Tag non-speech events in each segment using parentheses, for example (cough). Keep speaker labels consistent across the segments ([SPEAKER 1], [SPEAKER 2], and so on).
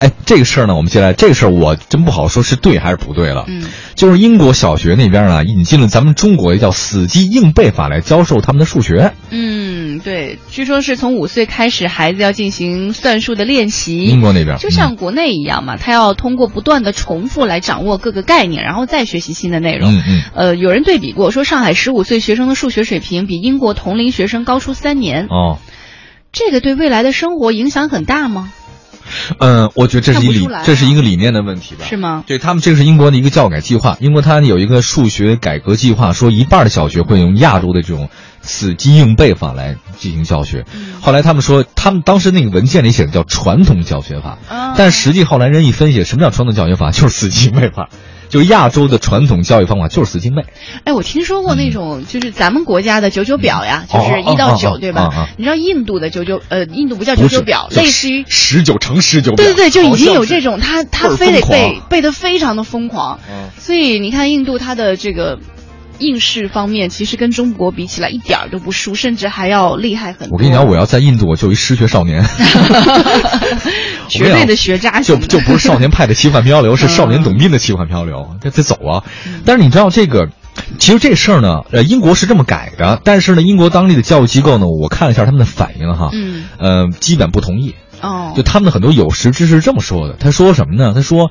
[SPEAKER 1] 哎，这个事儿呢，我们接下来这个事儿我真不好说是对还是不对了。
[SPEAKER 2] 嗯，
[SPEAKER 1] 就是英国小学那边呢，引进了咱们中国一个叫“死记硬背法”来教授他们的数学。
[SPEAKER 2] 嗯，对，据说是从五岁开始，孩子要进行算术的练习
[SPEAKER 1] 英。国那边
[SPEAKER 2] 就像国内一样嘛，他要通过不断的重复来掌握各个概念，然后再学习新的内容。
[SPEAKER 1] 嗯嗯
[SPEAKER 2] 呃，有人对比过，说上海十五岁学生的数学水平比英国同龄学生高出三年，
[SPEAKER 1] 哦，
[SPEAKER 2] 这个对未来的生活影响很大吗？
[SPEAKER 1] 嗯，我觉得这是一
[SPEAKER 2] 看不
[SPEAKER 1] 理
[SPEAKER 2] 出来，啊
[SPEAKER 1] 这是一啊个理念的问题吧。
[SPEAKER 2] 是吗？
[SPEAKER 1] 对他们，这是英国的一个教改计划。英国它有一个数学改革计划，说一半的小学会用亚洲的这种死记硬背法来进行教学。
[SPEAKER 2] 嗯
[SPEAKER 1] 后来他们说，他们当时那个文件里写的叫传统教学法，
[SPEAKER 2] 啊
[SPEAKER 1] 但实际后来人一分析，什么叫传统教育法？ (laughs) 就是死记硬背法，就亚洲的传统教育方法就是死记硬背。
[SPEAKER 2] 哎，我听说过那种，就是咱们国家的九九表呀，
[SPEAKER 1] 嗯
[SPEAKER 2] 就是
[SPEAKER 1] 哦
[SPEAKER 2] 一到
[SPEAKER 1] 哦
[SPEAKER 2] 九，
[SPEAKER 1] 哦
[SPEAKER 2] 对
[SPEAKER 1] 哦哦
[SPEAKER 2] 吧？你知道印度的九九，呃，印度不叫九九表，类似于，
[SPEAKER 1] 十九乘十九表。
[SPEAKER 2] 对对对，就已经有
[SPEAKER 1] 好像
[SPEAKER 2] 这
[SPEAKER 1] 是。
[SPEAKER 2] 种，他他
[SPEAKER 1] 倍儿
[SPEAKER 2] 非得
[SPEAKER 1] 疯狂啊
[SPEAKER 2] 背背的非常的疯狂，
[SPEAKER 1] 嗯
[SPEAKER 2] 所以你看印度它的这个。应试方面其实跟中国比起来一点儿都不输，甚至还要厉害很多。
[SPEAKER 1] 我跟你讲，我要在印度，我就一失学少年，
[SPEAKER 2] 绝对的 (laughs) 学渣
[SPEAKER 1] 就
[SPEAKER 2] 型的
[SPEAKER 1] 就不是
[SPEAKER 2] (laughs)
[SPEAKER 1] 少年派的奇幻漂流，是少年董斌的奇幻漂流，这得走啊！但是你知道这个，其实这事儿呢，呃，英国是这么改的，但是呢，英国当地的教育机构呢，我看了一下他们的反应哈，
[SPEAKER 2] 嗯
[SPEAKER 1] 呃，基本不同意。
[SPEAKER 2] 哦
[SPEAKER 1] 就，他们的很多有识之士是这么说的，他说什么呢？他说，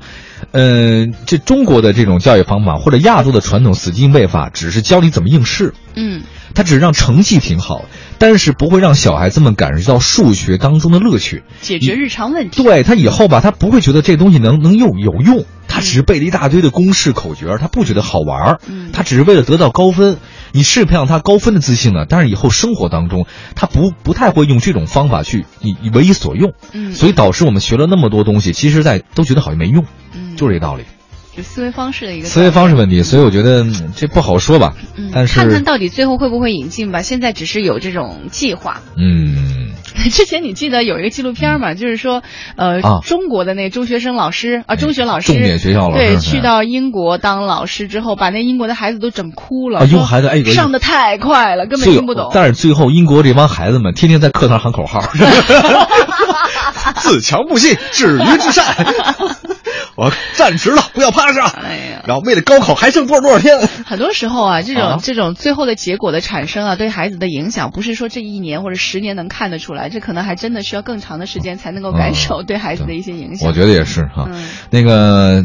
[SPEAKER 1] 呃，这中国的这种教育方法或者亚洲的传统死记硬背法，只是教你怎么应试，
[SPEAKER 2] 嗯
[SPEAKER 1] 它只是让成绩挺好，但是不会让小孩子们感受到数学当中的乐趣。
[SPEAKER 2] 解决日常问题。
[SPEAKER 1] 对他以后吧，他不会觉得这东西能能有有用，他只是背了一大堆的公式口诀儿，他不觉得好玩儿
[SPEAKER 2] 嗯，
[SPEAKER 1] 他只是为了得到高分。你是培养他高分的自信了，但是以后生活当中，他不不太会用这种方法去以以为以所用。
[SPEAKER 2] 嗯，
[SPEAKER 1] 所以导致我们学了那么多东西，其实在都觉得好像没用，
[SPEAKER 2] 嗯
[SPEAKER 1] 就是这个道理。
[SPEAKER 2] 就思维方式的一个
[SPEAKER 1] 思维方式问题，所以我觉得嗯这不好说吧。
[SPEAKER 2] 嗯，
[SPEAKER 1] 但
[SPEAKER 2] 看看
[SPEAKER 1] 是，
[SPEAKER 2] 到底最后会不会引进吧。现在只是有这种计划。
[SPEAKER 1] 嗯，
[SPEAKER 2] (laughs) 之前你记得有一个纪录片嘛，就是说，呃，
[SPEAKER 1] 啊哎
[SPEAKER 2] 中国的那个中学生老师啊，中学老师，
[SPEAKER 1] 重点学校老师
[SPEAKER 2] 对，
[SPEAKER 1] 嗯
[SPEAKER 2] 去到英国当老师之后，把那英国的孩子都整哭了，
[SPEAKER 1] 啊英国
[SPEAKER 2] 说
[SPEAKER 1] 孩子哎
[SPEAKER 2] 上的太快了，根本
[SPEAKER 1] 最
[SPEAKER 2] 听不懂。
[SPEAKER 1] 但是最后英国这帮孩子们天天在课堂喊口
[SPEAKER 2] (laughs)
[SPEAKER 1] 号，自强不息，止于至善。
[SPEAKER 2] (laughs)
[SPEAKER 1] 我站直了，不要趴下。
[SPEAKER 2] 哎呀。
[SPEAKER 1] 然后为了高考还剩多少多少天？
[SPEAKER 2] 很多时候啊，这种、
[SPEAKER 1] 啊
[SPEAKER 2] 这种最后的结果的产生啊，对孩子的影响，不是说这一年或者十年能看得出来，这可能
[SPEAKER 1] 嗯
[SPEAKER 2] 还真的需要更长的时间才能够感受对孩子的一些影响。
[SPEAKER 1] 我觉得也是哈。
[SPEAKER 2] 嗯
[SPEAKER 1] 那个